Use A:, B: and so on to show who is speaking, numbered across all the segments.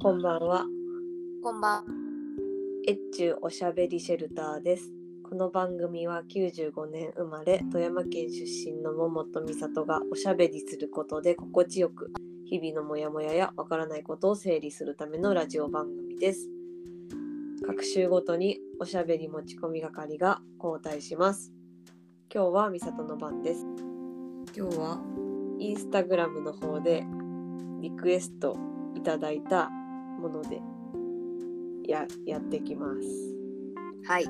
A: こんばんは。
B: こんばん。
A: 越中おしゃべりシェルターです。この番組は95年生まれ、富山県出身の桃と美里がおしゃべりすることで心地よく、日々のモヤモヤやわからないことを整理するためのラジオ番組です。各週ごとにおしゃべり持ち込み係が交代します。今日は美里の番です。今日はインスタグラムの方でリクエストいただいたものでややってきます。
B: はい。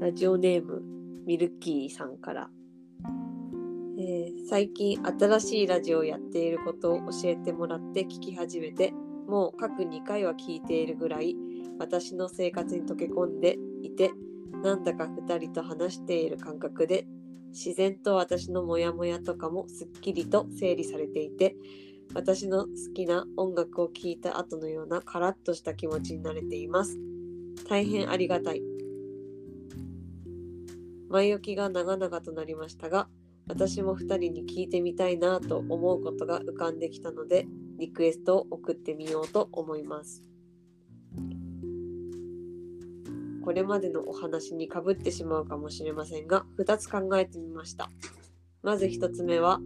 A: ラジオネームミルキーさんから、えー最近新しいラジオをやっていることを教えてもらって聞き始めてもう各2回は聞いているぐらい私の生活に溶け込んでいてなんだか2人と話している感覚で自然と私のモヤモヤとかもすっきりと整理されていて私の好きな音楽を聴いた後のようなカラッとした気持ちになれています大変ありがたい前置きが長々となりましたが私も2人に聞いてみたいなと思うことが浮かんできたのでリクエストを送ってみようと思いますこれまでのお話にかぶってしまうかもしれませんが2つ考えてみましたまず1つ目は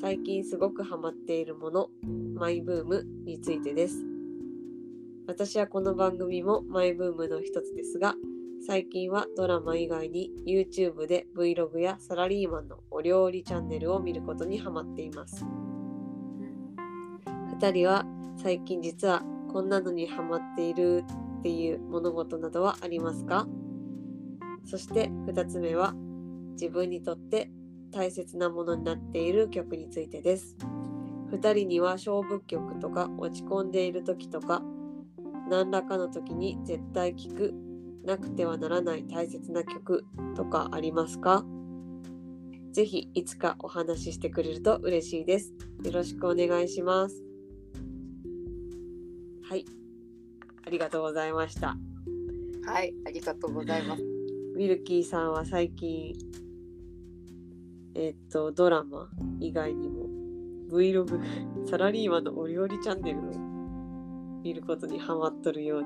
A: 最近すごくハマっているものマイブームについてです私はこの番組もマイブームの一つですが最近はドラマ以外に YouTube で Vlog やサラリーマンのお料理チャンネルを見ることにハマっています2人は最近実はこんなのにハマっているっていう物事などはありますかそして2つ目は自分にとって大切なものになっている曲についてです2人には勝負曲とか落ち込んでいる時とか何らかの時に絶対聴くなくてはならない大切な曲とかありますかぜひいつかお話ししてくれると嬉しいです。よろしくお願いします。はい。ありがとうございました。
B: はい。ありがとうございます。
A: ウィルキーさんは最近、えっと、ドラマ以外にも、Vlog、サ ラリーマンのお料理チャンネルを見ることにハマっとるよう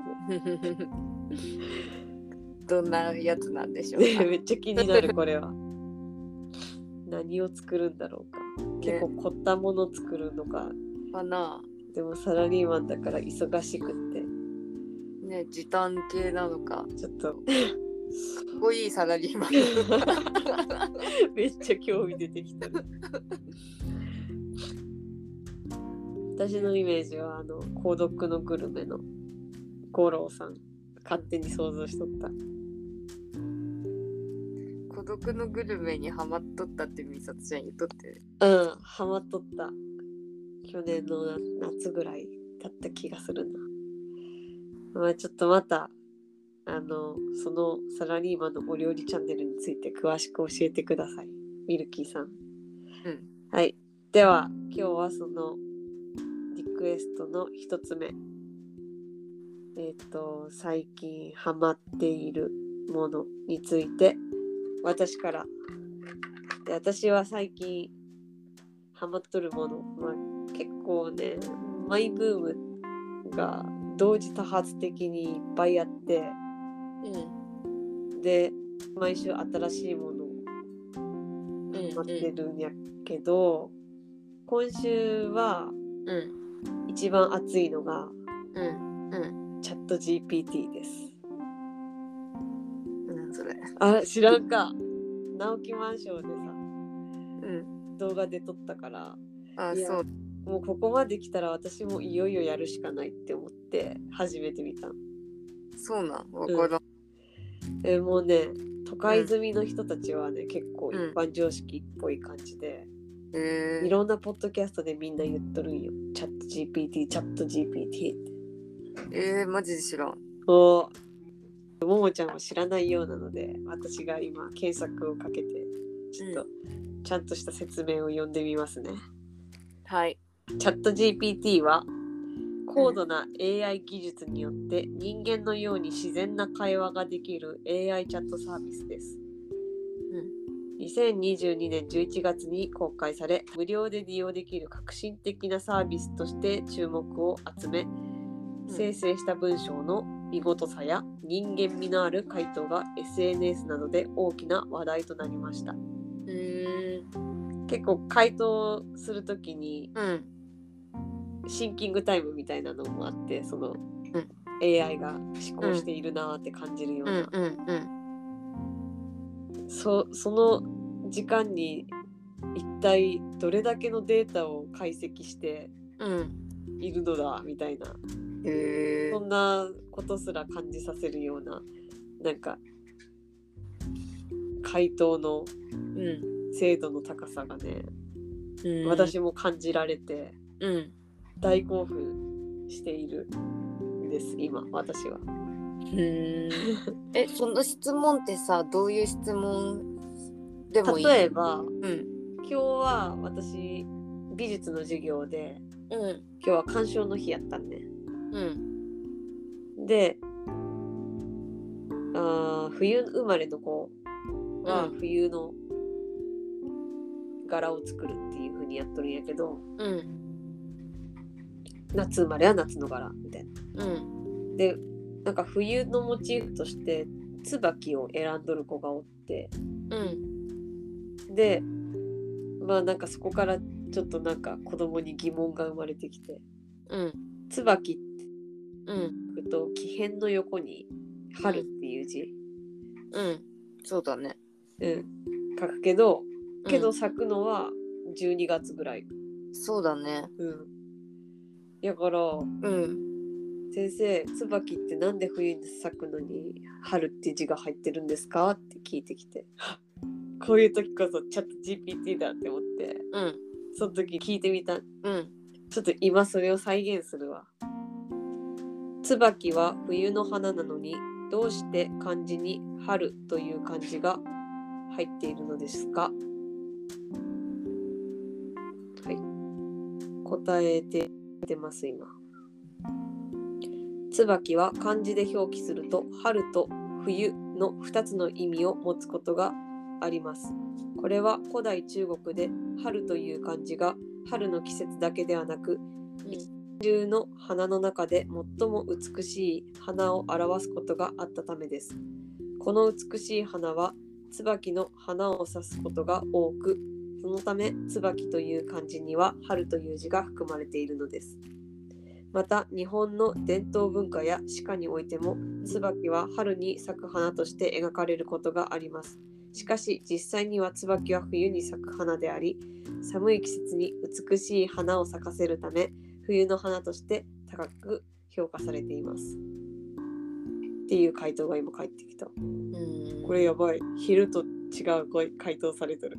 B: どんなやつなんでしょう
A: で、ね、
B: か。
A: めっちゃ気になる、これは。何を作るんだろうか。結構凝ったもの作るのか、
B: かな。
A: でもサラリーマンだから忙しくっ
B: ね、時短系なのか。か
A: て、ちょっと
B: っこいいサラリーマンなのか。
A: めっちゃ興味出てきたね。私のイメージはあの孤独のグルメの五郎さん勝手に想像しとった
B: 孤独のグルメにハマっとったってみさつちゃん言っとって。
A: うん、ハマっとった。去年のな夏ぐらいだった気がするな。まあちょっとまた、あの、そのサラリーマンのお料理チャンネルについて詳しく教えてください。ミルキーさん。
B: うん
A: はい。では、今日はそのリクエストの一つ目。えっ、と、最近ハマっているものについて、私から。で、私は最近、ハマっとるもの、まあ、結構ねマイブームが同時多発的にいっぱいあって
B: うん。
A: で毎週新しいものを
B: うん。
A: 待ってるんやけど、今週は
B: うん。
A: 一番熱いのが
B: うん。うん。
A: チャット GPT です
B: うん。それ。
A: あら知らんか直木マンションでさ
B: うん。
A: 動画で撮ったから
B: あ、
A: いや
B: そう。
A: もうここまで来たら私もいよいよやるしかないって思って始めてみた
B: そうなん。わからん。
A: えーもうね都会済みの人たちはね、結構一
B: うん
A: 般常識っぽい感じで、
B: え
A: い
B: ー。
A: ろんなポッドキャストでみんな言っとるんよチャット GPT チャット GPT って
B: えー、マジで知らん。
A: おーももちゃんは知らないようなので私が今検索をかけてちょっと、
B: う
A: ちゃんとした説明を読んでみますね
B: はい。
A: チャット GPT は高度な AI 技術によって人間のように自然な会話ができる AI チャットサービスです。2022年11月に公開され無料で利用できる革新的なサービスとして注目を集め生成した文章の見事さや人間味のある回答が SNS などで大きな話題となりました
B: うん
A: 結構回答する時に
B: うん
A: シンキングタイムみたいなのもあってその、
B: ん
A: AI が思考しているなーって感じるよう
B: うん
A: な、
B: うんうん
A: そその時間に一体どれだけのデータを解析して
B: うん
A: いるのだみたいな
B: へえ
A: そんなことすら感じさせるようななんか回答の
B: うん
A: 精度の高さがね、
B: うん
A: 私も感じられて
B: うん
A: 大興奮しているんです今私は。
B: えその質問ってさどういう質問でもいい
A: 例えば
B: うん
A: 今日は私美術の授業で
B: うん
A: 今日は鑑賞の日やったんね。
B: うん
A: であー冬生まれの子は
B: うん
A: 冬の柄を作るっていう風にやっとるんやけど
B: うん
A: 夏生まれは夏の柄みたいな。
B: うん
A: でなんか冬のモチーフとして椿を選んどる子がおって
B: うん
A: でまあなんかそこからちょっとなんか子供に疑問が生まれてきて
B: うん
A: 椿って
B: うん
A: 言うと木偏の横に春っていう字、
B: うんそうだね
A: うん、書くけどけど咲くのは12月ぐらい。
B: うんそうだね
A: うん。やから
B: うん
A: 先生椿ってなんで冬に咲くのに春って字が入ってるんですかって聞いてきてはっこういう時こそチャット GPT だって思って
B: うん
A: その時聞いてみた
B: うん
A: ちょっと今それを再現するわ。椿は冬の花なのにどうして漢字に春という漢字が入っているのですかはい。答えて出ます今。椿は漢字で表記すると春と冬の2つの意味を持つことがあります。これは古代中国で春という漢字が春の季節だけではなく中の花の中で最も美しい花を表すことがあったためです。この美しい花は椿の花を指すことが多く、そのため椿という漢字には春という字が含まれているのです。また日本の伝統文化や歯科においても椿は春に咲く花として描かれることがあります。しかし実際には椿は冬に咲く花であり、寒い季節に美しい花を咲かせるため冬の花として高く評価されていますっていう回答が今返ってきた
B: うん
A: これやばい昼と違う声回答されてる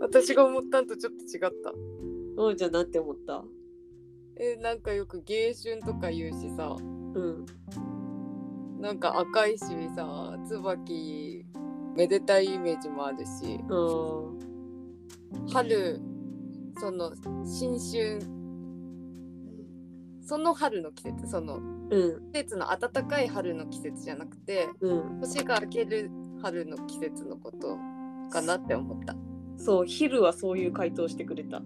B: 私が思ったんとちょっと違った
A: おうじゃあなんて思った
B: えなんかよく芸春とか言うしさ
A: うん
B: なんか赤いしにさ椿めでたいイメージもあるし
A: あー
B: 春その新春その春の季節その
A: うん
B: 季節の暖かい春の季節じゃなくて
A: うん
B: 星が明ける春の季節のことかなって思った
A: そう昼はそういう回答してくれた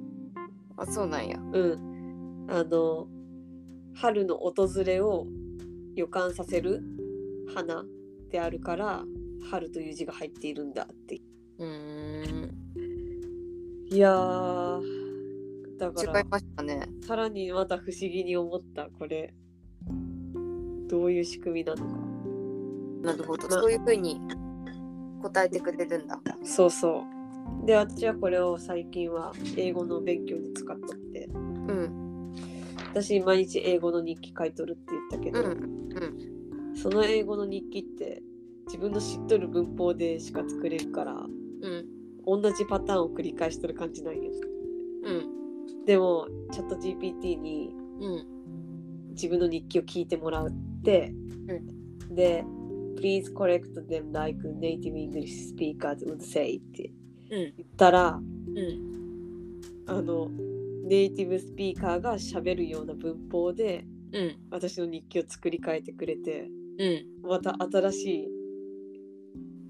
B: あそうなんや
A: うんあの春の訪れを予感させる花であるから春という字が入っているんだって
B: うーん
A: いやーだか
B: 違
A: ら
B: いましたね
A: さらにまた不思議に思ったこれどういう仕組みなのか
B: なるほど
A: まあ
B: そういうふうに答えてくれるんだ
A: そうそうで私はこれを最近は英語の勉強に使っとって
B: うん
A: 私毎日英語の日記書いとるって言ったけ
B: う
A: ど、
B: ん
A: その英語の日記って自分の知っとる文法でしか作れるから
B: うん
A: 同じパターンを繰り返しとる感じなんよ
B: うん
A: でもチャット GPT に
B: うん
A: 自分の日記を聞いてもらって、で「Please correct them like native English speakers would say」って
B: うん
A: 言ったら
B: うん
A: あのネイティブスピーカーが喋るような文法で
B: うん
A: 私の日記を作り変えてくれて
B: うん
A: また新しい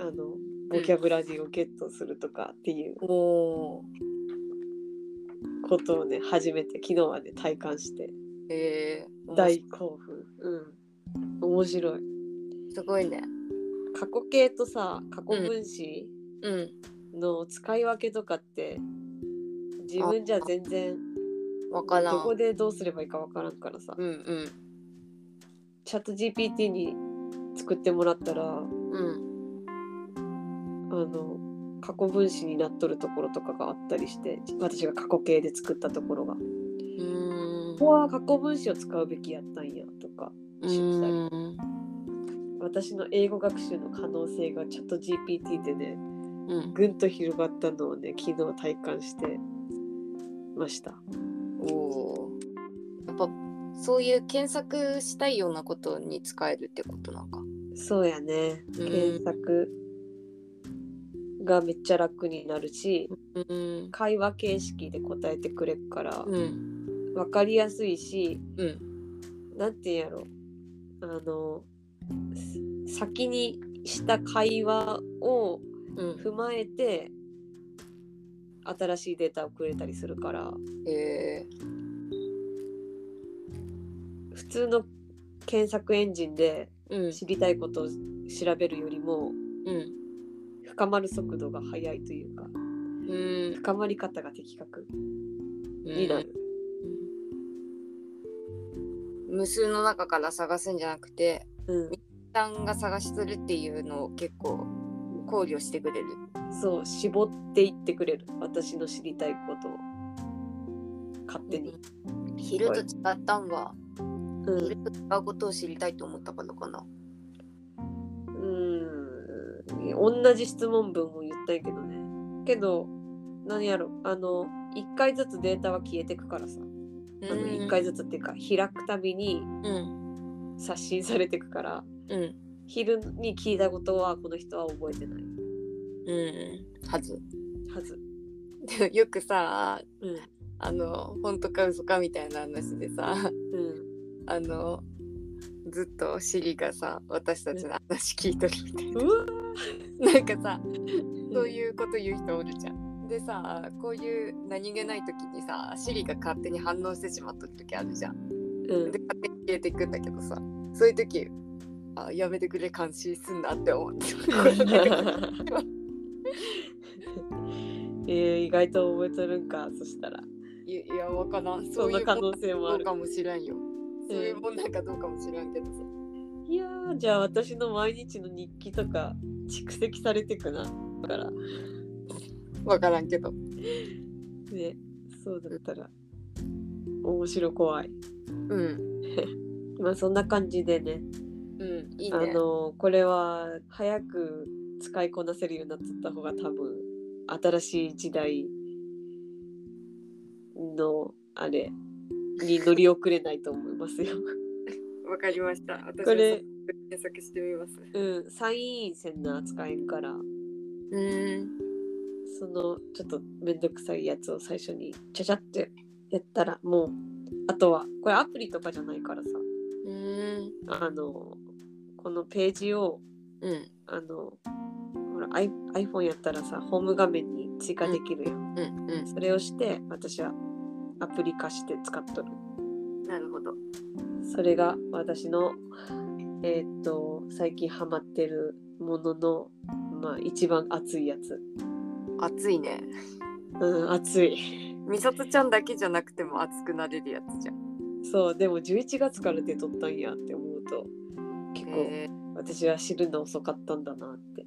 A: あのボキャブラリーをゲットするとかっていう
B: おー
A: ことをね初めて昨日まで体感して
B: えー、
A: 大興奮うん面白い
B: すごいね
A: 過去形とさ過去分詞
B: うん
A: の使い分けとかって、自分じゃ全然
B: わからん
A: どこでどうすればいいかわからんからさ、
B: うん
A: チャット GPT に作ってもらったら
B: うんうん
A: あの過去分詞になっとるところとかがあったりして私が過去形で作ったところがこ
B: う
A: こは過去分詞を使うべきやったんやとか
B: ーんうーん
A: 私の英語学習の可能性がチャット GPT でね
B: うん
A: ぐんと広がったのをね昨日体感してました
B: おーやっぱそういう検索したいようなことに使えるってことなんか
A: そうやね検索がめっちゃ楽になるし
B: うん
A: 会話形式で答えてくれるから
B: うん
A: 分かりやすいし
B: うん
A: なんて言うんやろあのす先にした会話を
B: うん
A: 踏まえて新しいデータをくれたりするから
B: え
A: 普通の検索エンジンで
B: ー、うん
A: 知りたいことを調べるよりも
B: うん
A: 深まる速度が速いというか
B: うん
A: 深まり方が的確になる。
B: 無数の中から探すんじゃなくて
A: うん、
B: さんが探しするっていうのを結構考慮してくれる。
A: そう絞っていってくれる私の知りたいことを勝手に、
B: 昼と違ったん
A: う
B: は、
A: ん
B: 昼と違うことを知りたいと思ったからかな。
A: うーん同じ質問文を言ったんやけどねけど何やろあの1回ずつデータは消えてくからさあの1回ずつっていうか開くたびに
B: うん
A: 刷新されてくから
B: うん
A: 昼に聞いたことはこの人は覚えてない
B: うんはず。
A: はず、
B: よくさ
A: うん
B: あの本当か嘘かみたいな話でさ
A: う
B: あのずっとシリがさ私たちの話聞いとるみたい
A: ん、うわ
B: な。なんかさそう
A: う
B: いうこと言う人おるじゃん。でさこういう何気ない時にさシリが勝手に反応してしまっとる時あるじゃん。
A: ん、
B: で勝手に消えていくんだけどさそういう時あやめてくれ監視すんなって思 って
A: えー意外と覚えてるんかそしたら
B: いいやわからん
A: そ
B: そ
A: ん
B: うい
A: な
B: う
A: 可
B: も
A: 能
B: ん
A: 性も
B: ど
A: あ
B: う
A: る
B: かもしれんよ、そういうもんなんかどうかもしれんけどさ
A: いやーじゃあ私の毎日の日記とか蓄積されてくなだから
B: わからんけど
A: ねそうだったら面白怖い
B: うん
A: まあそんな感じでね
B: うんいい
A: あ
B: ね
A: のこれは早く使いこなせるようになっちゃった方が多分新しい時代のあれに乗り遅れないと思いますよ。
B: わかりました私
A: これ
B: も検索してみます
A: うん、参院選せんな扱えんから
B: うん
A: そのちょっとめんどくさいやつを最初にちゃちゃってやったらもうあとはこれアプリとかじゃないからさ
B: うん
A: あのこのページを
B: うん
A: あのほら I- iPhone やったらさホーム画面に追加できるやん、
B: うんう
A: それをして私はアプリ化して使っとる
B: んなるほど
A: それが私のえーっと最近ハマってるもののまあ一番熱いやつ
B: 暑いね
A: うん熱い
B: みさとちゃんだけじゃなくても暑くなれるやつじゃん
A: そうでも11月から出とったんやって思うと結構
B: え
A: 私は知るの遅かったんだなって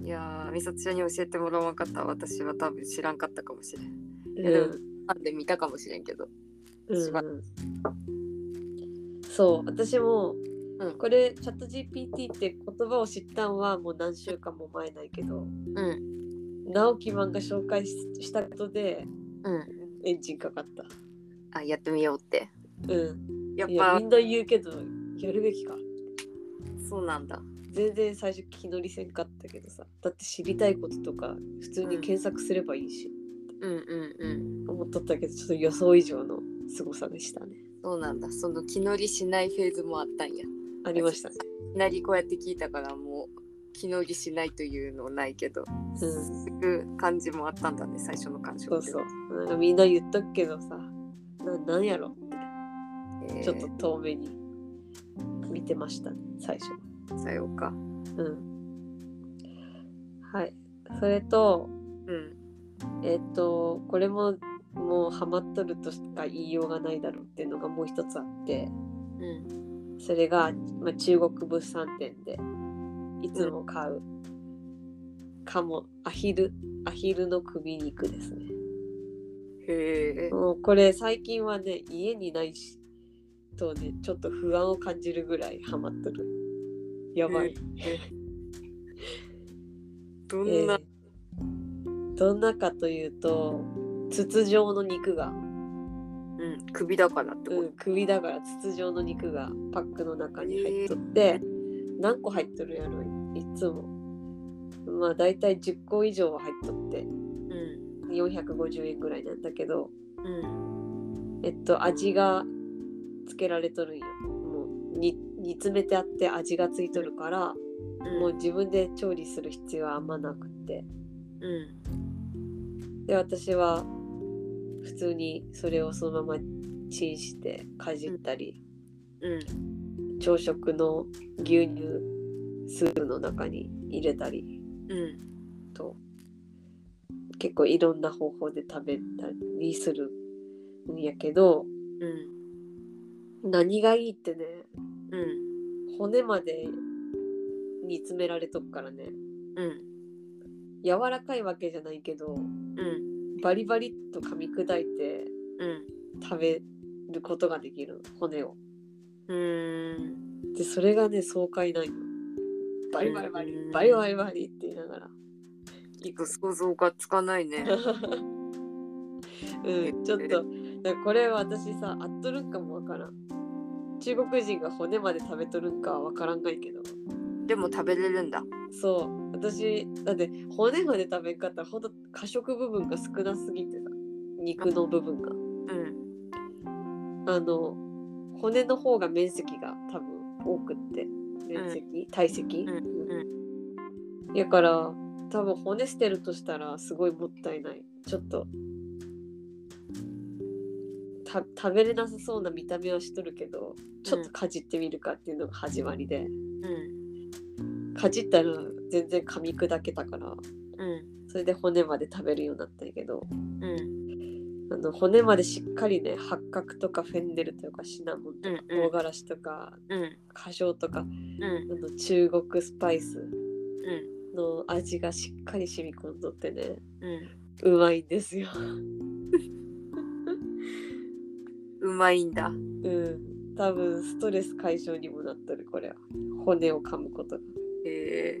B: ーいやーみさとちゃんに教えてもらわんかった私は多分知らんかったかもしれんやでも
A: うん
B: なんで見たかもしれんけど。
A: うん
B: しば
A: うんそう私も、
B: うん
A: これチャット GPT って言葉を知ったんはもう何週間も前ないけど
B: うん。
A: 直木マンが紹介ししたことで
B: うん。
A: エンジンかかった
B: あ、やってみようって。
A: うん
B: やっ
A: いや
B: ぱ
A: みんな言うけどやるべきか
B: そうなんだ。
A: 全然最初気乗りせんかったけどさだって知りたいこととか普通に検索すればいいし、
B: うんうんうん。
A: 思っとったけどちょっと予想以上の凄さでしたね
B: そうなんだ。その気乗りしないフェーズもあったんや。
A: ありましたね
B: なりこうやって聞いたからもう気乗りしないというのないけど、
A: うん
B: すぐ感じもあったんだね、最初の感触
A: そうそうなんかみんな言っとくけどさななんやろって
B: え
A: ちょっと遠目に見てましたね最初
B: とさようか
A: うんはいそれと
B: うん
A: えっ、とこれももうハマっとるとしか言いようがないだろうっていうのがもう一つあって
B: うん
A: それが、まあ、中国物産展でいつも買う、カモアヒルアヒルの首肉ですね
B: へえ
A: もうこれ最近はね家にないしとねちょっと不安を感じるぐらいハマっとるやばい、
B: ど
A: え
B: んな
A: ーどんなかというと筒状の肉が、
B: うん首だからってこ
A: う
B: と
A: ん、首だから筒状の肉がパックの中に入っとって、何個入っとるやろいつもまあ大体10個以上は入っとって
B: うん
A: 450円ぐらいなんだけど
B: うん
A: えっと味がつけられとるんよもう煮煮詰めてあって味がついとるから、もう自分で調理する必要はあんまなくって
B: うん
A: で私は普通にそれをそのままチンしてかじったり、
B: うん
A: 朝食の牛乳スープの中に入れたり
B: うん
A: と結構いろんな方法で食べたりするんやけど
B: うん
A: 何がいいってね
B: うん
A: 骨まで煮詰められとくからね
B: うん
A: 柔らかいわけじゃないけど
B: うん
A: バリバリっと噛み砕いて
B: うん
A: 食べることができる骨を
B: うん
A: でそれがね爽快なんよバリバリバリバリバリバリって言いながら
B: ちょっと想像がつかないね
A: うんちょっとだからこれ私さあっとるんかもわからん中国人が骨まで食べとるんかはわからんがいけど
B: でも食べれるんだ
A: そう私だって骨まで食べんかったらほんと過食部分が少なすぎてさ肉の部分が
B: うん
A: あの骨の方が面積が多分多くって面積、体積
B: うん
A: うんやから多分骨捨てるとしたらすごいもったいないちょっとた食べれなさそうな見た目はしとるけどちょっとかじってみるかっていうのが始まりで、
B: うん
A: かじったら全然噛み砕けたから
B: うん
A: それで骨まで食べるようになったんやけど
B: うん
A: あの骨までしっかりね八角とかフェンネルとかシナモンとか
B: うんう
A: 唐
B: ん
A: 辛子とか
B: うん
A: 花椒とか
B: うん
A: あの中国スパイス
B: うん
A: の味がしっかり染み込んどってね
B: うん
A: うまいんですよ。
B: うまいんだ
A: うん多分ストレス解消にもなっとるこれは骨を噛むことが
B: へえ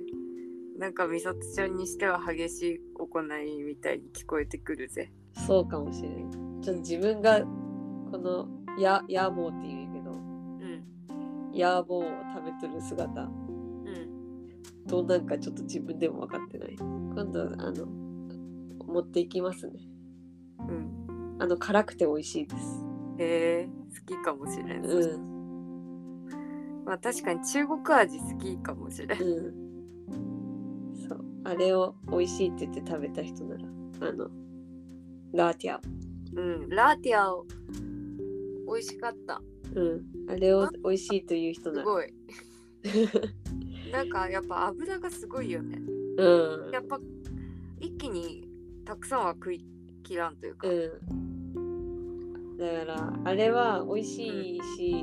B: なんか美里ちゃんにしては激しい行いみたいに聞こえてくるぜ
A: そうかもしれんちょっと自分がこのやヤーボーっていうんやけど
B: うん
A: ヤーボーを食べとる姿
B: うん
A: どうなんかちょっと自分でも分かってない今度あの持っていきますね
B: うん
A: あの辛くて美味しいです
B: へえ好きかもしれん、
A: うん
B: まあ確かに中国味好きかもしれん
A: うんそうあれを美味しいって言って食べた人ならあのラーティア
B: うんラーティアを美味しかった
A: うんあれを美味しいという人
B: す
A: なら
B: ごいなんかやっぱ油がすごいよね
A: うん
B: やっぱ一気にたくさんは食い切らんというか、
A: うんだからあれは美味しいし、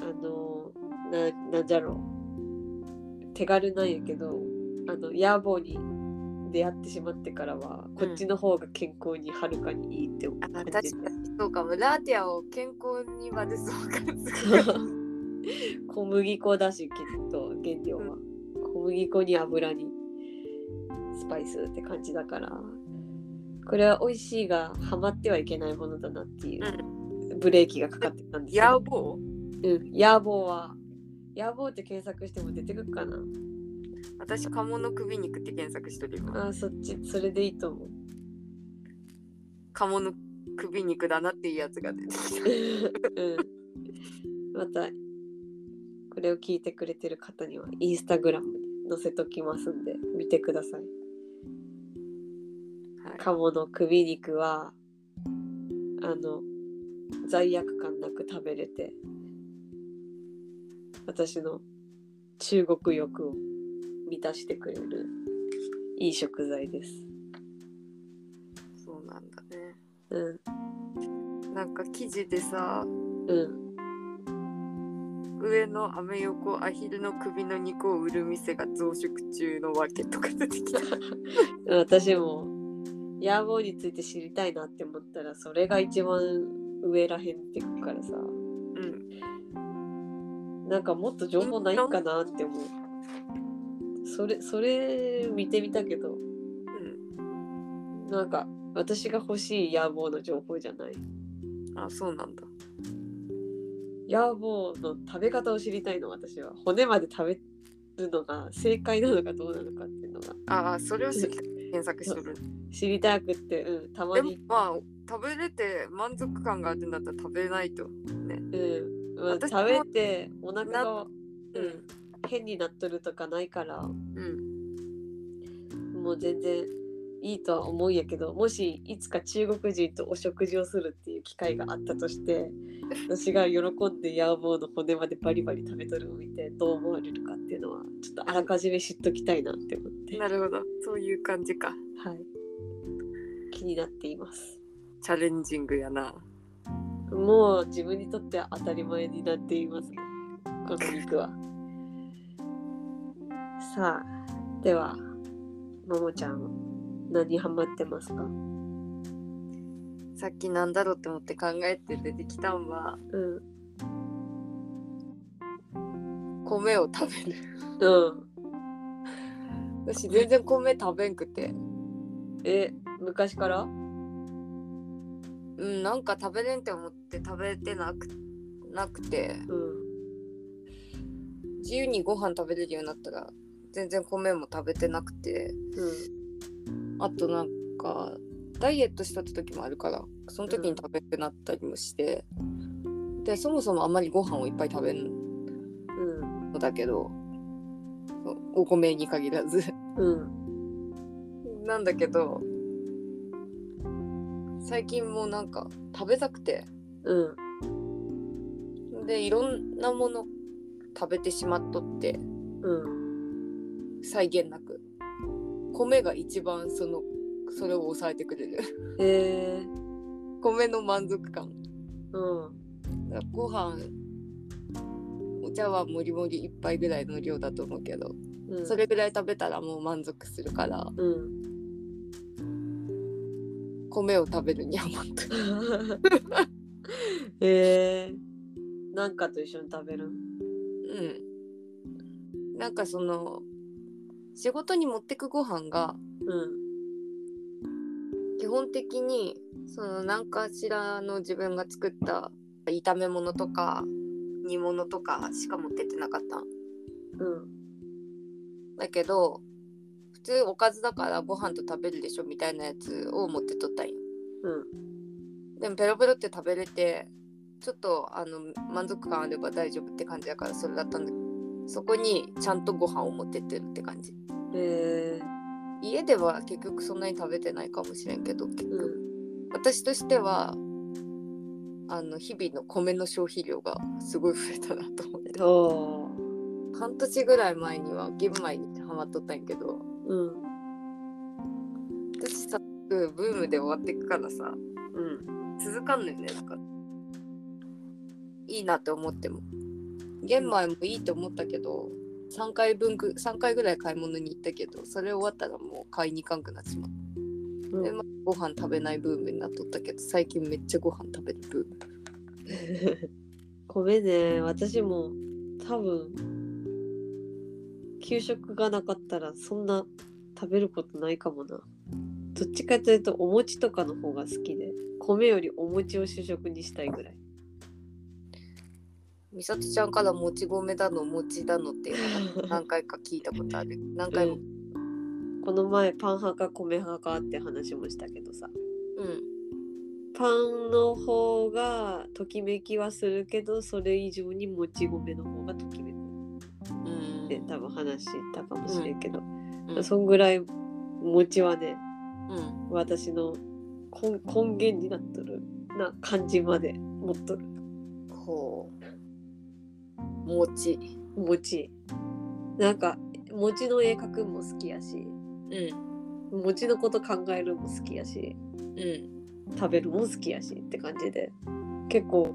A: あのななんじゃろう手軽なんやけどあの野暮に出会ってしまってからは、こっちの方が健康にはるかにいいって思
B: あ
A: 感
B: 確
A: じ
B: か
A: て
B: にそうかもラーティアを健康に悪そうかすごい
A: 小麦粉だしきっと原料は、小麦粉に油にスパイスって感じだからこれは美味しいがハマってはいけないものだなっていううブレーキがかかってたんですけ
B: ヤ
A: ど
B: ーボー
A: うん、野望は野望って検索しても出てくるかな
B: 私カモの首肉って検索しとる今
A: あーそっちそれでいいと思う
B: カモの首肉だなっていうやつが出てきた
A: うんまたこれを聞いてくれてる方にはインスタグラムに載せときますんで見てください
B: はい
A: 鴨の首肉はあの罪悪感なく食べれて私の中国欲を満たしてくれるいい食材です。
B: そうなんだね
A: うん
B: なんか記事でさ
A: うん
B: 上のアメ横アヒルの首の肉を売る店が増殖中のわけとか出て きた
A: 私も野望について知りたいなって思ったらそれが一番上らへんってくからさ
B: うん
A: なんかもっと情報ないんかなって思う。それそれ見てみたけどなんか私が欲しい野望の情報じゃない。
B: うんあそうなんだ
A: ヤーボーの食べ方を知りたいの私は骨まで食べるのが正解なのかどうなのかっていうのが
B: ああそれをし検索しとる
A: 知りたくって、うん、たま
B: でも
A: に、
B: まあ食べれて満足感があるんだったら食べないと
A: うんまあ、
B: 私も
A: 食べてお腹が、う
B: うんん、
A: 変になっとるとかないから
B: うん
A: もう全然いいとは思うんやけどもしいつか中国人とお食事をするっていう機会があったと して私が喜んでヤーボーの骨までバリバリ食べとるのを見てどう思われるかっていうのはちょっとあらかじめ知っときたいなって思って。
B: なるほどそういう感じか
A: はい。気になっています。
B: チャレンジングやな
A: もう自分にとっては当たり前になっています、ね。この肉は。さあ、では、ももちゃん、何ハマってますか
B: さっきなんだろうって思って考えて出てきたんは
A: うん。う
B: 米を食べる
A: ん。
B: 私全然米食べんくて
A: え、昔から
B: うんなんか食べれんって思って食べてなくなくて
A: うん。
B: 自由にご飯食べれるようになったら全然米も食べてなくてあとなんかダイエットした時もあるからその時に食べてなったりもして、でそもそもあんまりご飯をいっぱい食べるん
A: うん。
B: だけどそうお米に限らず
A: うん。うん。
B: なんだけど最近もうなんか食べたくて
A: うん。
B: でいろんなもの食べてしまっとって
A: うん。
B: 際限なく米が一番そのそれを抑えてくれる
A: えー、
B: 米の満足感
A: うん。
B: だからご飯お茶はもりもり一杯ぐらいの量だと思うけど、
A: うん、
B: それぐらい食べたらもう満足するから
A: うん。
B: 米を食べるにはまって
A: えー、なんかと一緒に食べる
B: うんなんかその仕事に持ってくご飯が
A: うん。
B: 基本的にその何かしらの自分が作った炒め物とか煮物とかしか持ってってなかったん
A: うん。
B: だけど普通おかずだからご飯と食べるでしょみたいなやつを持ってとったんよ
A: うん。
B: でもペロペロって食べれてちょっとあの満足感あれば大丈夫って感じだからそれだったんだけどそこにちゃんとご飯を持ってってるって感じ
A: え
B: 家では結局そんなに食べてないかもしれんけど結
A: ー、う
B: 局、
A: ん
B: 私としてはあの日々の米の消費量がすごい増えたなと思って
A: おー
B: 半年ぐらい前には玄米にハマっとったんやけど
A: うん
B: 私さブームで終わっていくからさ
A: うん
B: 続かんのよねだからいいなって思っても玄米もいいと思ったけど3回分ぐ3回ぐらい買い物に行ったけどそれ終わったらもう買いに行かんくなってしまっ
A: う
B: たで、
A: ん
B: まあ、ご飯食べないブームになっとったけど最近めっちゃご飯食べるブーム
A: 米ね私も多分給食がなかったらそんな食べることないかもなどっちかというとお餅とかの方が好きで米よりお餅を主食にしたいぐらい
B: 美里ちゃんからもち米だのもちだのってい うのが何回か聞いたことある何回も
A: うんこの前パン派か米派かって話もしたけどさ
B: うん
A: パンの方がときめきはするけどそれ以上にもち米の方がときめく
B: うん
A: って多分話したかもしれんけど、
B: うん
A: そんぐらい餅はね私の根根源になっとるな感じまで持っとる
B: ほう餅
A: 餅なんか餅の絵描くんも好きやし
B: うん
A: 餅のこと考えるんも好きやし
B: うん
A: 食べるも好きやしって感じで結構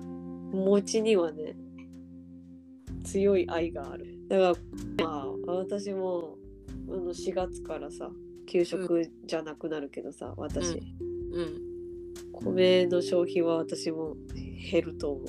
A: 餅にはね強い愛があるだからまあ私もあの4月からさ給食じゃなくなるけどさ、私、
B: うん
A: 米の消費は私も減ると思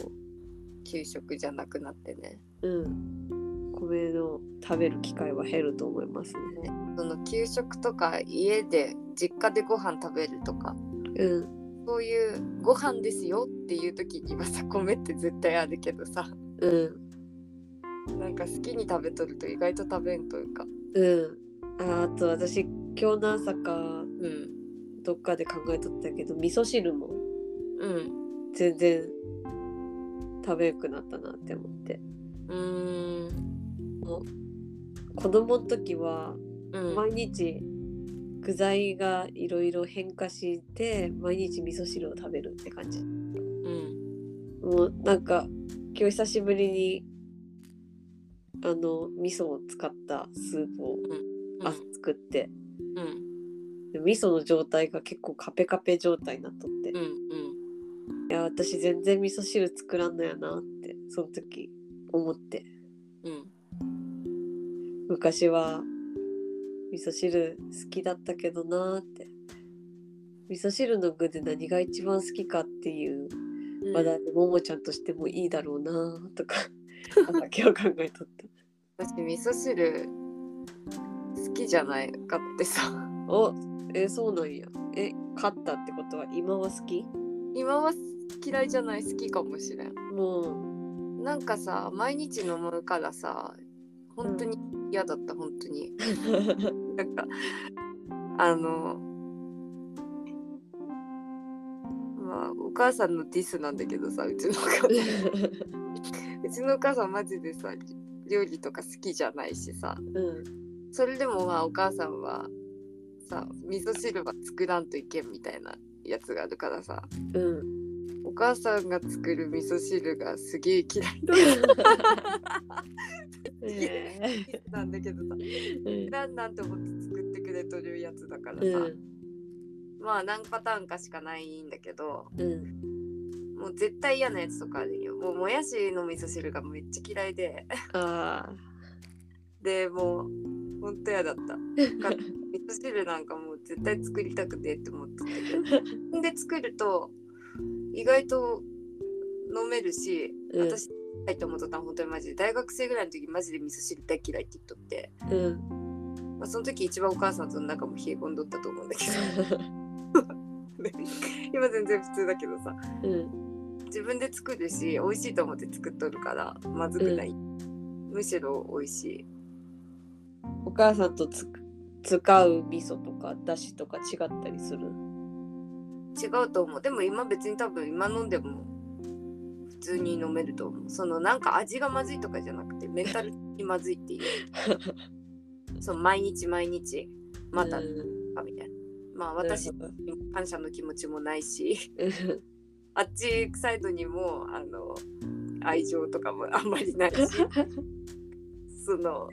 B: 給食じゃなくなってね
A: ううん米の食べる機会は減ると思いますね
B: その給食とか家で実家でご飯食べるとか
A: うん
B: そういうご飯ですよっていう時にはさ米って絶対あるけどさ
A: うん
B: なんか好きに食べとると意外と食べんというか
A: うんああと私今日の朝か
B: うん
A: どっかで考えとったけど味噌汁も
B: うん
A: 全然食べんくなったなって思って
B: うーん
A: 子供の時は
B: うん
A: 毎日具材がいろいろ変化して毎日味噌汁を食べるって感じ
B: うん
A: もうなんか今日久しぶりにあの味噌を使ったスープを、
B: あ
A: あ作って
B: うん
A: で味噌の状態が結構カペカペ状態になっとって、
B: うんう
A: い
B: ん
A: や私全然味噌汁作らんのやなってその時思って
B: うん
A: 昔は味噌汁好きだったけどなーって味噌汁の具で何が一番好きかっていう
B: うん
A: 話題でももちゃんとしてもいいだろうなー とか朝今日考えとった
B: 私味噌汁好きじゃないかってさ
A: おえーそうなんやえ勝ったってことは今は好き
B: 今は嫌いじゃない好きかもしれん
A: もう
B: なんかさ毎日飲むからさ本当に嫌だった本当になんかあのまあお母さんのディスなんだけどさうちのお母さんうちのお母さんマジでさ料理とか好きじゃないしさ
A: うん
B: それでもまあお母さんはさ味噌汁は作らんといけんみたいなやつがあるからさ
A: うん
B: お母さんが作る味噌汁がすげえ嫌い
A: えー
B: なんだけどさなんなんて思って作ってくれとるやつだからさ、
A: うん
B: まあ何パターンかしかないんだけど
A: うん
B: もう絶対嫌なやつとかあるんよもうもやしの味噌汁がめっちゃ嫌いで
A: あ
B: でもうほんと嫌だった味噌汁なんかもう絶対作りたくてって思ってたけどで作ると意外と飲めるし、
A: うん
B: 私入って思っとったの本当にマジで大学生ぐらいの時マジで味噌汁大嫌いって言っとって、
A: あうん
B: まあ、その時一番お母さんとの仲も冷え込んどったと思うん だけどね今全然普通だけどさ
A: うん
B: 自分で作るし美味しいと思って作っとるからまずくない、むしろ美味しい
A: お母さんとつく使う味噌とかだしとか違ったりする
B: 違うと思うでも今別に多分今飲んでも普通に飲めると思うそのなんか味がまずいとかじゃなくてメンタル的にまず いっていうそう毎日毎日また
A: う
B: か
A: ん
B: みたいな、まあ私
A: なる
B: にも感謝の気持ちもないし
A: ほど
B: あっちサイドにもあの愛情とかも あんまりないしその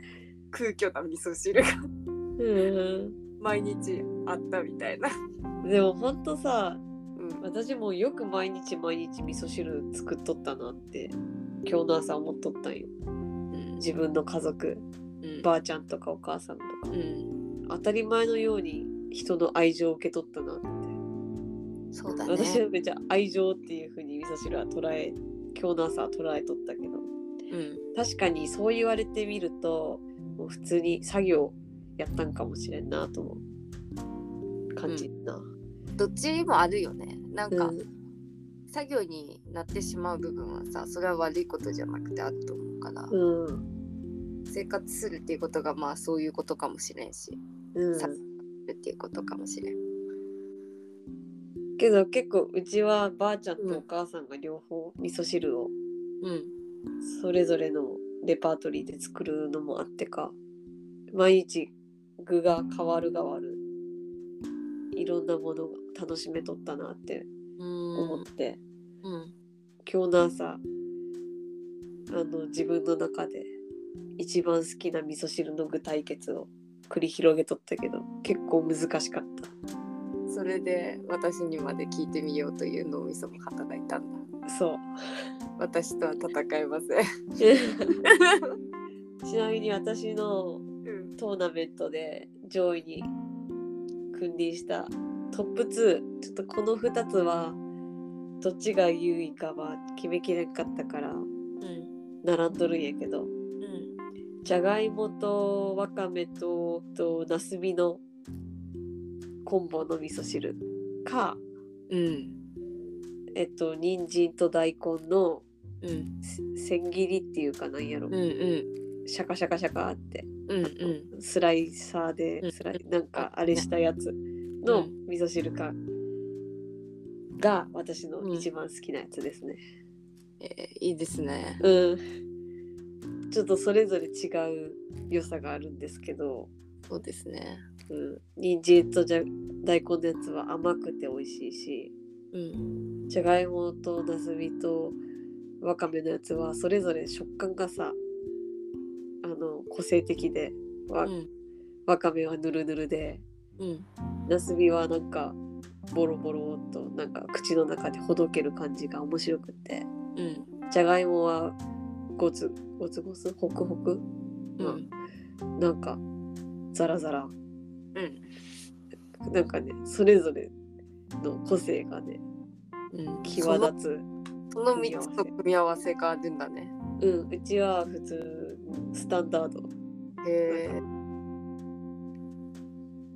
B: 空虚な味噌汁が
A: うん
B: 毎日あったみたいな。
A: でもほんとさ
B: うん
A: 私もよく毎日毎日味噌汁作っとったなって今日の朝思っとったんよ自分の家族
B: うん
A: ばあちゃんとかお母さんとか
B: うん
A: 当たり前のように人の愛情を受け取ったなって、
B: そうだ
A: 私
B: ね。
A: はめっちゃ愛情っていう風に味噌汁は捉え今日の朝は捉えとったけど
B: うん
A: 確かにそう言われてみるともう普通に作業やったんかもしれんなと思う感じるな、
B: どっちもあるよね。なんか、
A: うん
B: 作業になってしまう部分はさそれは悪いことじゃなくてあると思うから、
A: うん
B: 生活するっていうことがまあそういうことかもしれんし、
A: うん
B: さっていうことかもしれん。
A: けど結構うちはばあちゃんとお母さんが両方味噌汁を
B: うん
A: それぞれのレパートリーで作るのもあってか毎日具が変わる変わるいろんなものが楽しめとったなって
B: うん
A: 思って、
B: うん
A: 今日の朝あの自分の中で一番好きな味噌汁の具対決を繰り広げとったけど結構難しかった
B: それで私にまで聞いてみようという脳みそも働いたんだ
A: そう
B: 私とは戦えません、
A: ちなみに私の
B: うん、
A: トーナメントで上位に君臨したトップ2ちょっとこの2つはどっちが優位かは決めきれんかったから
B: うん
A: 並んどるんやけど
B: うん
A: じゃがいもとわかめととなすびのコンボの味噌汁か
B: うん
A: えっと人参と大根の
B: うん
A: せ千切りっていうかなんやろ、
B: うんうん
A: シャカシャカシャカって
B: うん
A: スライサーで
B: うん
A: スライなんかあれしたやつの
B: うん
A: 味噌汁かが私の一番好きなやつですね。
B: えーいいですね
A: うん、ちょっとそれぞれ違う良さがあるんですけど、
B: そうですね
A: うん、人参とじゃ大根のやつは甘くて美味しいし
B: うん
A: じゃがいもとなすびとわかめのやつはそれぞれ食感がさあの個性的でわ,、
B: うん
A: わかめはぬるぬるで
B: うん
A: なすびはなんかボロボロっとなんか口の中でほどける感じが面白くって
B: うん
A: じゃがいもはゴツゴツゴツホクホク
B: うん
A: なんかザラザラ
B: うん
A: なんかねそれぞれの個性がね
B: うん
A: 際立
B: その3つの組み合わせがあるんだね
A: つうんうちは普通スタンダード
B: へえ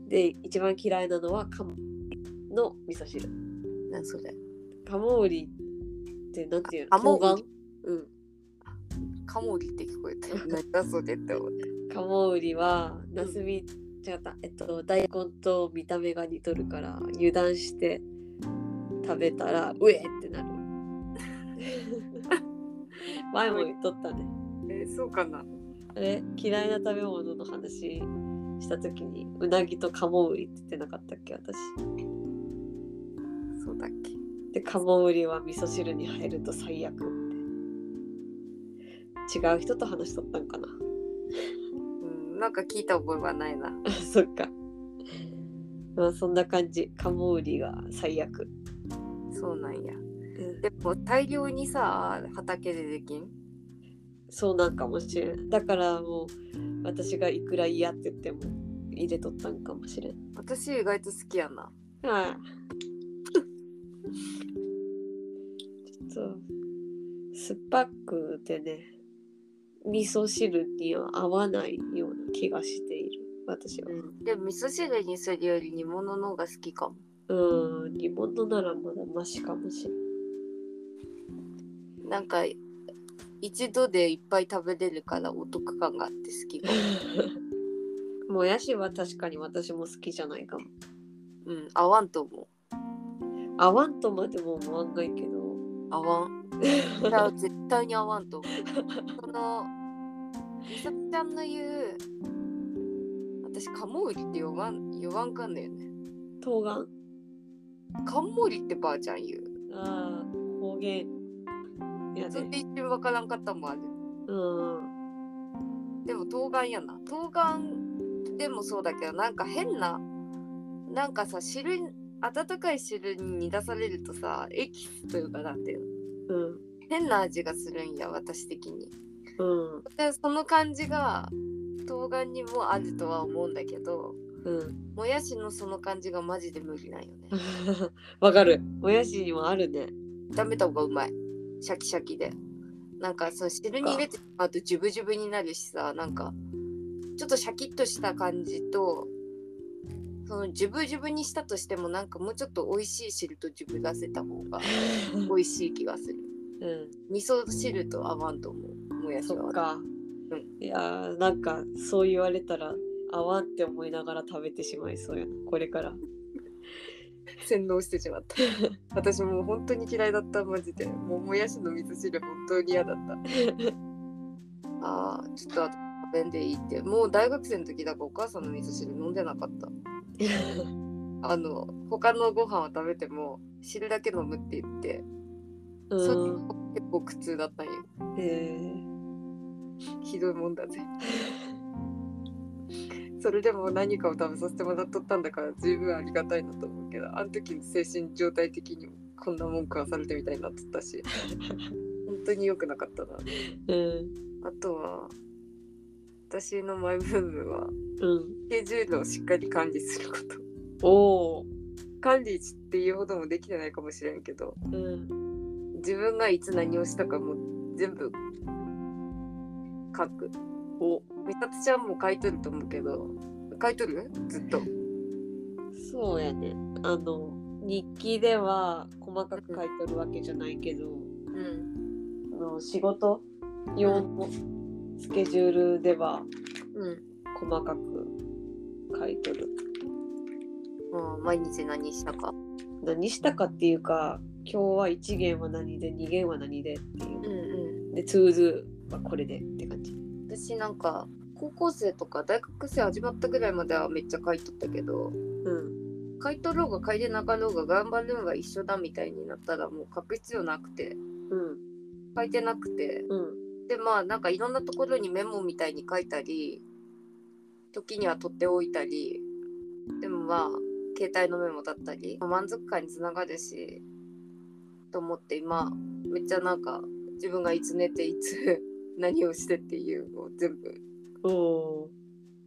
A: で一番嫌いなのはカモの味噌汁
B: 何それ
A: カモウリってなんていうの
B: あカモ
A: 冬
B: ウリ
A: 瓜うん
B: カモリって聞こえて何だそれって思って
A: カモウリはナスビ違ったえっと大根と見た目が似とるから油断して食べたらうえってなる前も言っとったね
B: えーそうかな
A: あれ嫌いな食べ物の話した時にうなぎとカモウリって言ってなかったっけ私
B: そうだっけ
A: でカモウリは味噌汁に入ると最悪って違う人と話しとったんかな
B: うんなんか聞いた覚えはないな
A: そっかまあそんな感じカモウリが最悪
B: そうなんや
A: うん
B: でも大量にさ畑でできん
A: そうなんかもしれんだからもう私がいくら嫌って言っても入れとったんかもしれん
B: 私意外と好きやな
A: ああちょっと酸っぱくてね味噌汁には合わないような気がしている私は
B: でも味噌汁にするより煮物の方が好きかも
A: うん煮物ならまだマシかもしれん
B: なんか一度でいっぱい食べれるからお得感があって好きかも
A: もやしは確かに私も好きじゃないかも
B: うん合わんと思う
A: 合わんとまでも思わんないけど
B: 合わんいや絶対に合わんと思うそのみさきちゃんの言う私カモウリって呼ばん呼ばんかんのよね
A: 冬瓜
B: カンモリってばあちゃん言う
A: ああ方言や
B: そ
A: で
B: れで一瞬わからんかったもんある
A: うん
B: でも冬瓜やな冬瓜でもそうだけどなんか変ななんかさ汁に温かい汁に煮出されるとさエキスというかなんていうの
A: うん
B: 変な味がするんや私的に
A: うん
B: でその感じが冬瓜にもあるとは思うんだけど
A: うん
B: もやしのその感じがマジで無理なんよね
A: わかる。もやしにもあるね。
B: 炒めた方がうまいシャキシャキでなんかその汁に入れてしまうとジュブジュブになるしさなんかちょっとシャキッとした感じとそのジュブジュブにしたとしてもなんかもうちょっと美味しい汁とジュブ出せた方が美味しい気がする
A: う
B: 味噌汁と合わんと思うもや
A: ん、
B: し
A: そ
B: は
A: っか。いやーなんかそう言われたら合わんって思いながら食べてしまいそうやなこれから。
B: 洗脳してしまった私もう本当に嫌いだったマジでもうもやしの味噌汁本当に嫌だったあーちょっとあと食べんでいいってもう大学生の時だからお母さんの味噌汁飲んでなかったあの他のご飯を食べても汁だけ飲むって言って
A: う
B: それ
A: ん。
B: 結構苦痛だったり
A: え
B: ひどいもんだぜそれでも何かを食べさせてもらっとったんだから十分ありがたいなと思うけどあの時の精神状態的にもこんな文句はされてみたいになっとったし本当に良くなかったな
A: ー、うん。
B: あとは私のマイブームは
A: うん。
B: スケジュールをしっかり管理すること
A: おお。
B: 管理っていうほどもできてないかもしれんけど
A: うん。
B: 自分がいつ何をしたかも全部書く
A: お。
B: 美里ちゃんも書いとると思うけど書いとるずっと
A: そうやね。あの、日記では細かく書いとるわけじゃないけど、
B: うん
A: あの仕事用のスケジュールでは
B: うん
A: 細かく書いとる。
B: もう毎日何したか
A: 何したかっていうか、今日は1弦は何で、2弦は何でっていう
B: う。んう
A: で、トゥーズはこれでって感じ。
B: ん私なんか高校生とか大学生始まったぐらいまではめっちゃ書いとったけど
A: うん。
B: 書いとろうが書いてなかろうが頑張るんは一緒だみたいになったらもう書く必要なく
A: う
B: て
A: ん。
B: 書いてなくて
A: うん。
B: でまあなんかいろんなところにメモみたいに書いたり時には取っておいたりでもまあ携帯のメモだったり満足感につながるしと思って今めっちゃなんか自分がいつ寝ていつ 何をしてっていうのを全部
A: おお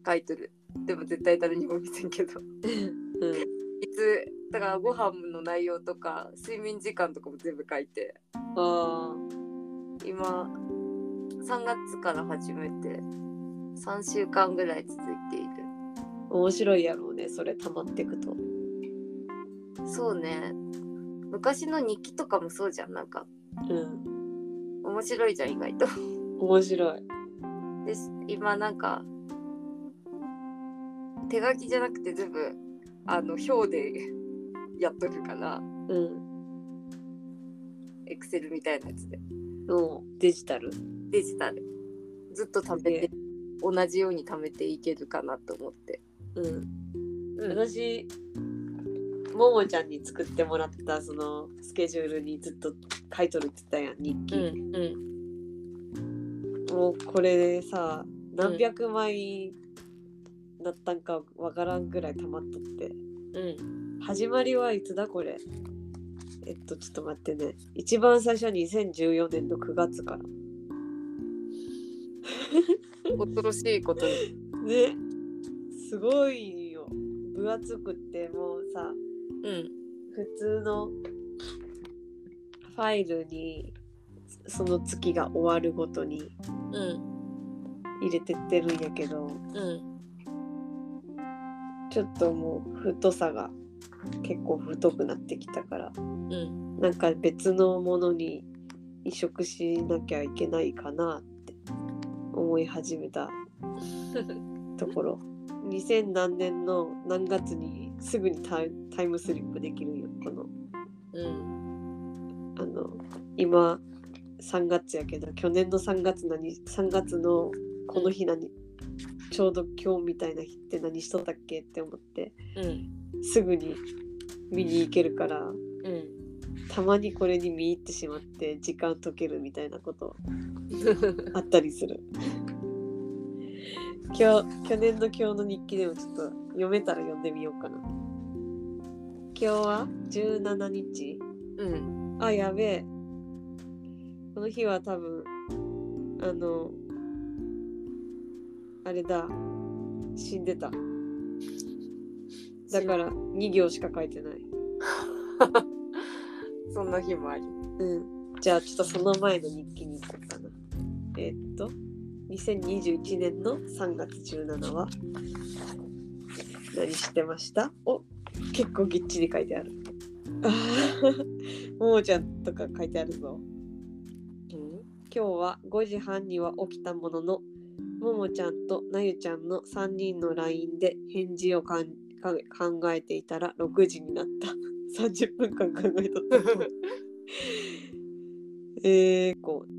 B: 書いてるでも絶対誰にも見せんけど
A: ー。うん。
B: いつだからご飯の内容とか睡眠時間とかも全部書いて
A: あ
B: 今3月から始めて3週間ぐらい続いている
A: あ、面白いやろうね、それ溜まってくと。
B: そうね昔の日記とかもそうじゃんなんか
A: うん。
B: 面白いじゃん意外と
A: 面白い。
B: で今なんか手書きじゃなくて全部あの表で やっとるから
A: うん。
B: エクセルみたいなやつで
A: のデジタル。
B: デジタルずっと貯めて同じように貯めていけるかなと思って、
A: うん。
B: うん、
A: 私ももちゃんに作ってもらったそのスケジュールにずっと書いとるって言ったやん日
B: うん
A: 記、
B: うん
A: もうこれでさ何百枚だったんかわからんぐらい溜まっとって
B: うん
A: 始まりはいつだこれえっとちょっと待ってね一番最初は2014年の9月から
B: 恐ろしいことに
A: ねすごいよ分厚くってもうさ
B: うん
A: 普通のファイルにその月が終わるごとに
B: うん
A: 入れてってるんやけど
B: うん
A: ちょっともう太さが結構太くなってきたから
B: うん
A: なんか別のものに移植しなきゃいけないかなって思い始めたところ2000何年の何月にすぐにタイタイムスリップできるんよこの
B: うん
A: あの今3月やけど去年の3月何3月のこの日何ちょうど今日みたいな日って何しとったっけって思って
B: うん
A: すぐに見に行けるから
B: うん
A: たまにこれに見入ってしまって時間解けるみたいなことあったりする今日去年の今日の日記でもちょっと読めたら読んでみようかな今日は17日
B: うん
A: あ、やべえ。この日は多分、あの、あれだ、死んでた。だから2行しか書いてない。
B: そんな日もあり。
A: うん。じゃあちょっとその前の日記に行こうかな。えーっと、2021年の3月17は、何してましたお結構ぎっちり書いてある。あーももちゃんとか書いてあるぞ。今日は5時半には起きたもののももちゃんとなゆちゃんの3人の LINE で返事をかんか考えていたら6時になった 30分間考えとったえー、こう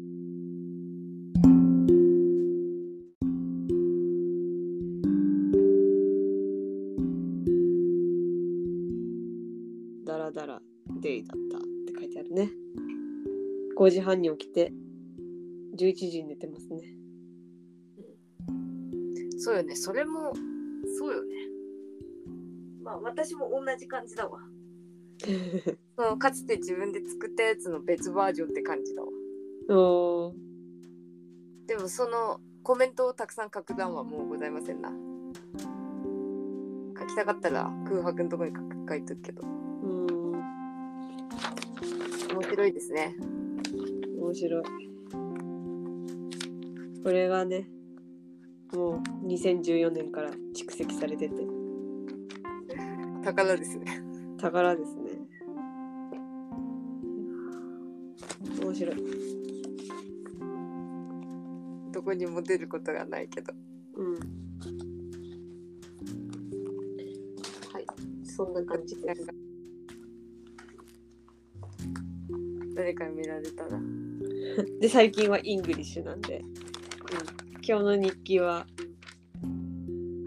A: だらだらデイだったって書いてあるね5時半に起きて11時に寝てますね
B: そうよねそれもそうよねまあ私も同じ感じだわそのかつて自分で作ったやつの別バージョンって感じだわ
A: おー
B: でもそのコメントをたくさん書く段はもうございませんな書きたかったら空白のとこに書く書いとくけど
A: うん
B: 面白いですね
A: 面白いこれがねもう2014年から蓄積されてて
B: 宝ですね
A: 宝ですね面白い
B: どこにも出ることがないけど
A: うんはいそんな感じ
B: な
A: で
B: んか誰かに見られたら
A: で最近はイングリッシュなんで、うん、今日の日記は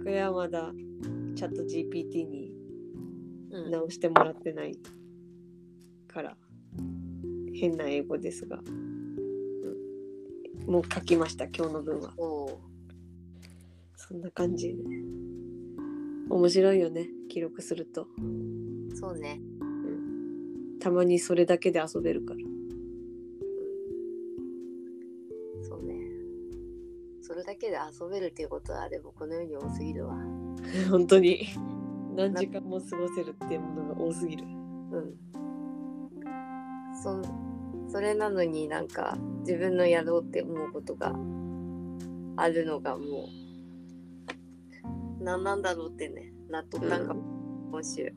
A: これはまだチャット GPT に
B: うん
A: 直してもらってないから変な英語ですが、うんもう書きました今日の分は
B: おお
A: そんな感じ面白いよね記録すると
B: ーそうね
A: たまにそれだけで遊べるから
B: そうねそれだけで遊べるっていうことはでもこの世に多すぎるわ
A: 本当に何時間も過ごせるっていうものが多すぎる
B: うんそそれなのになんか自分のやろうって思うことがあるのがもう何なんだろうってねなっとったんかも、今週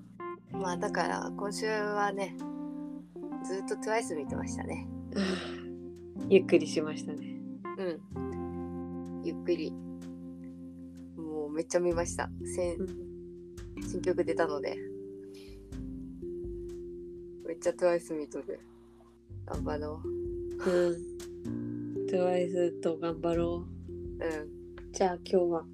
B: まあだから今週はねずっと TWICE 見てましたね
A: ゆっくりしましたね
B: うんゆっくりもうめっちゃ見ました先新曲出たのでめっちゃ TWICE 見とる頑張ろう
A: うん、TWICE と頑張ろ
B: う
A: うじゃあ今日は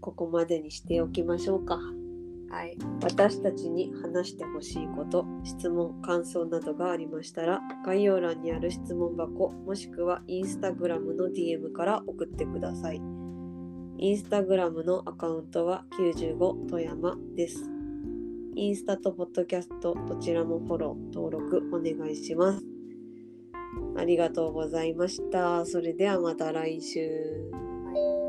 A: ここまでにしておきましょうか
B: んはい
A: 私たちに話してほしいこと、質問、感想などがありましたら、概要欄にある質問箱、もしくはインスタグラムの DM から送ってください。インスタグラムのアカウントは95富山です。インスタとポッドキャスト、どちらもフォロー、登録お願いします。ありがとうございました。それではまた来週。
B: はい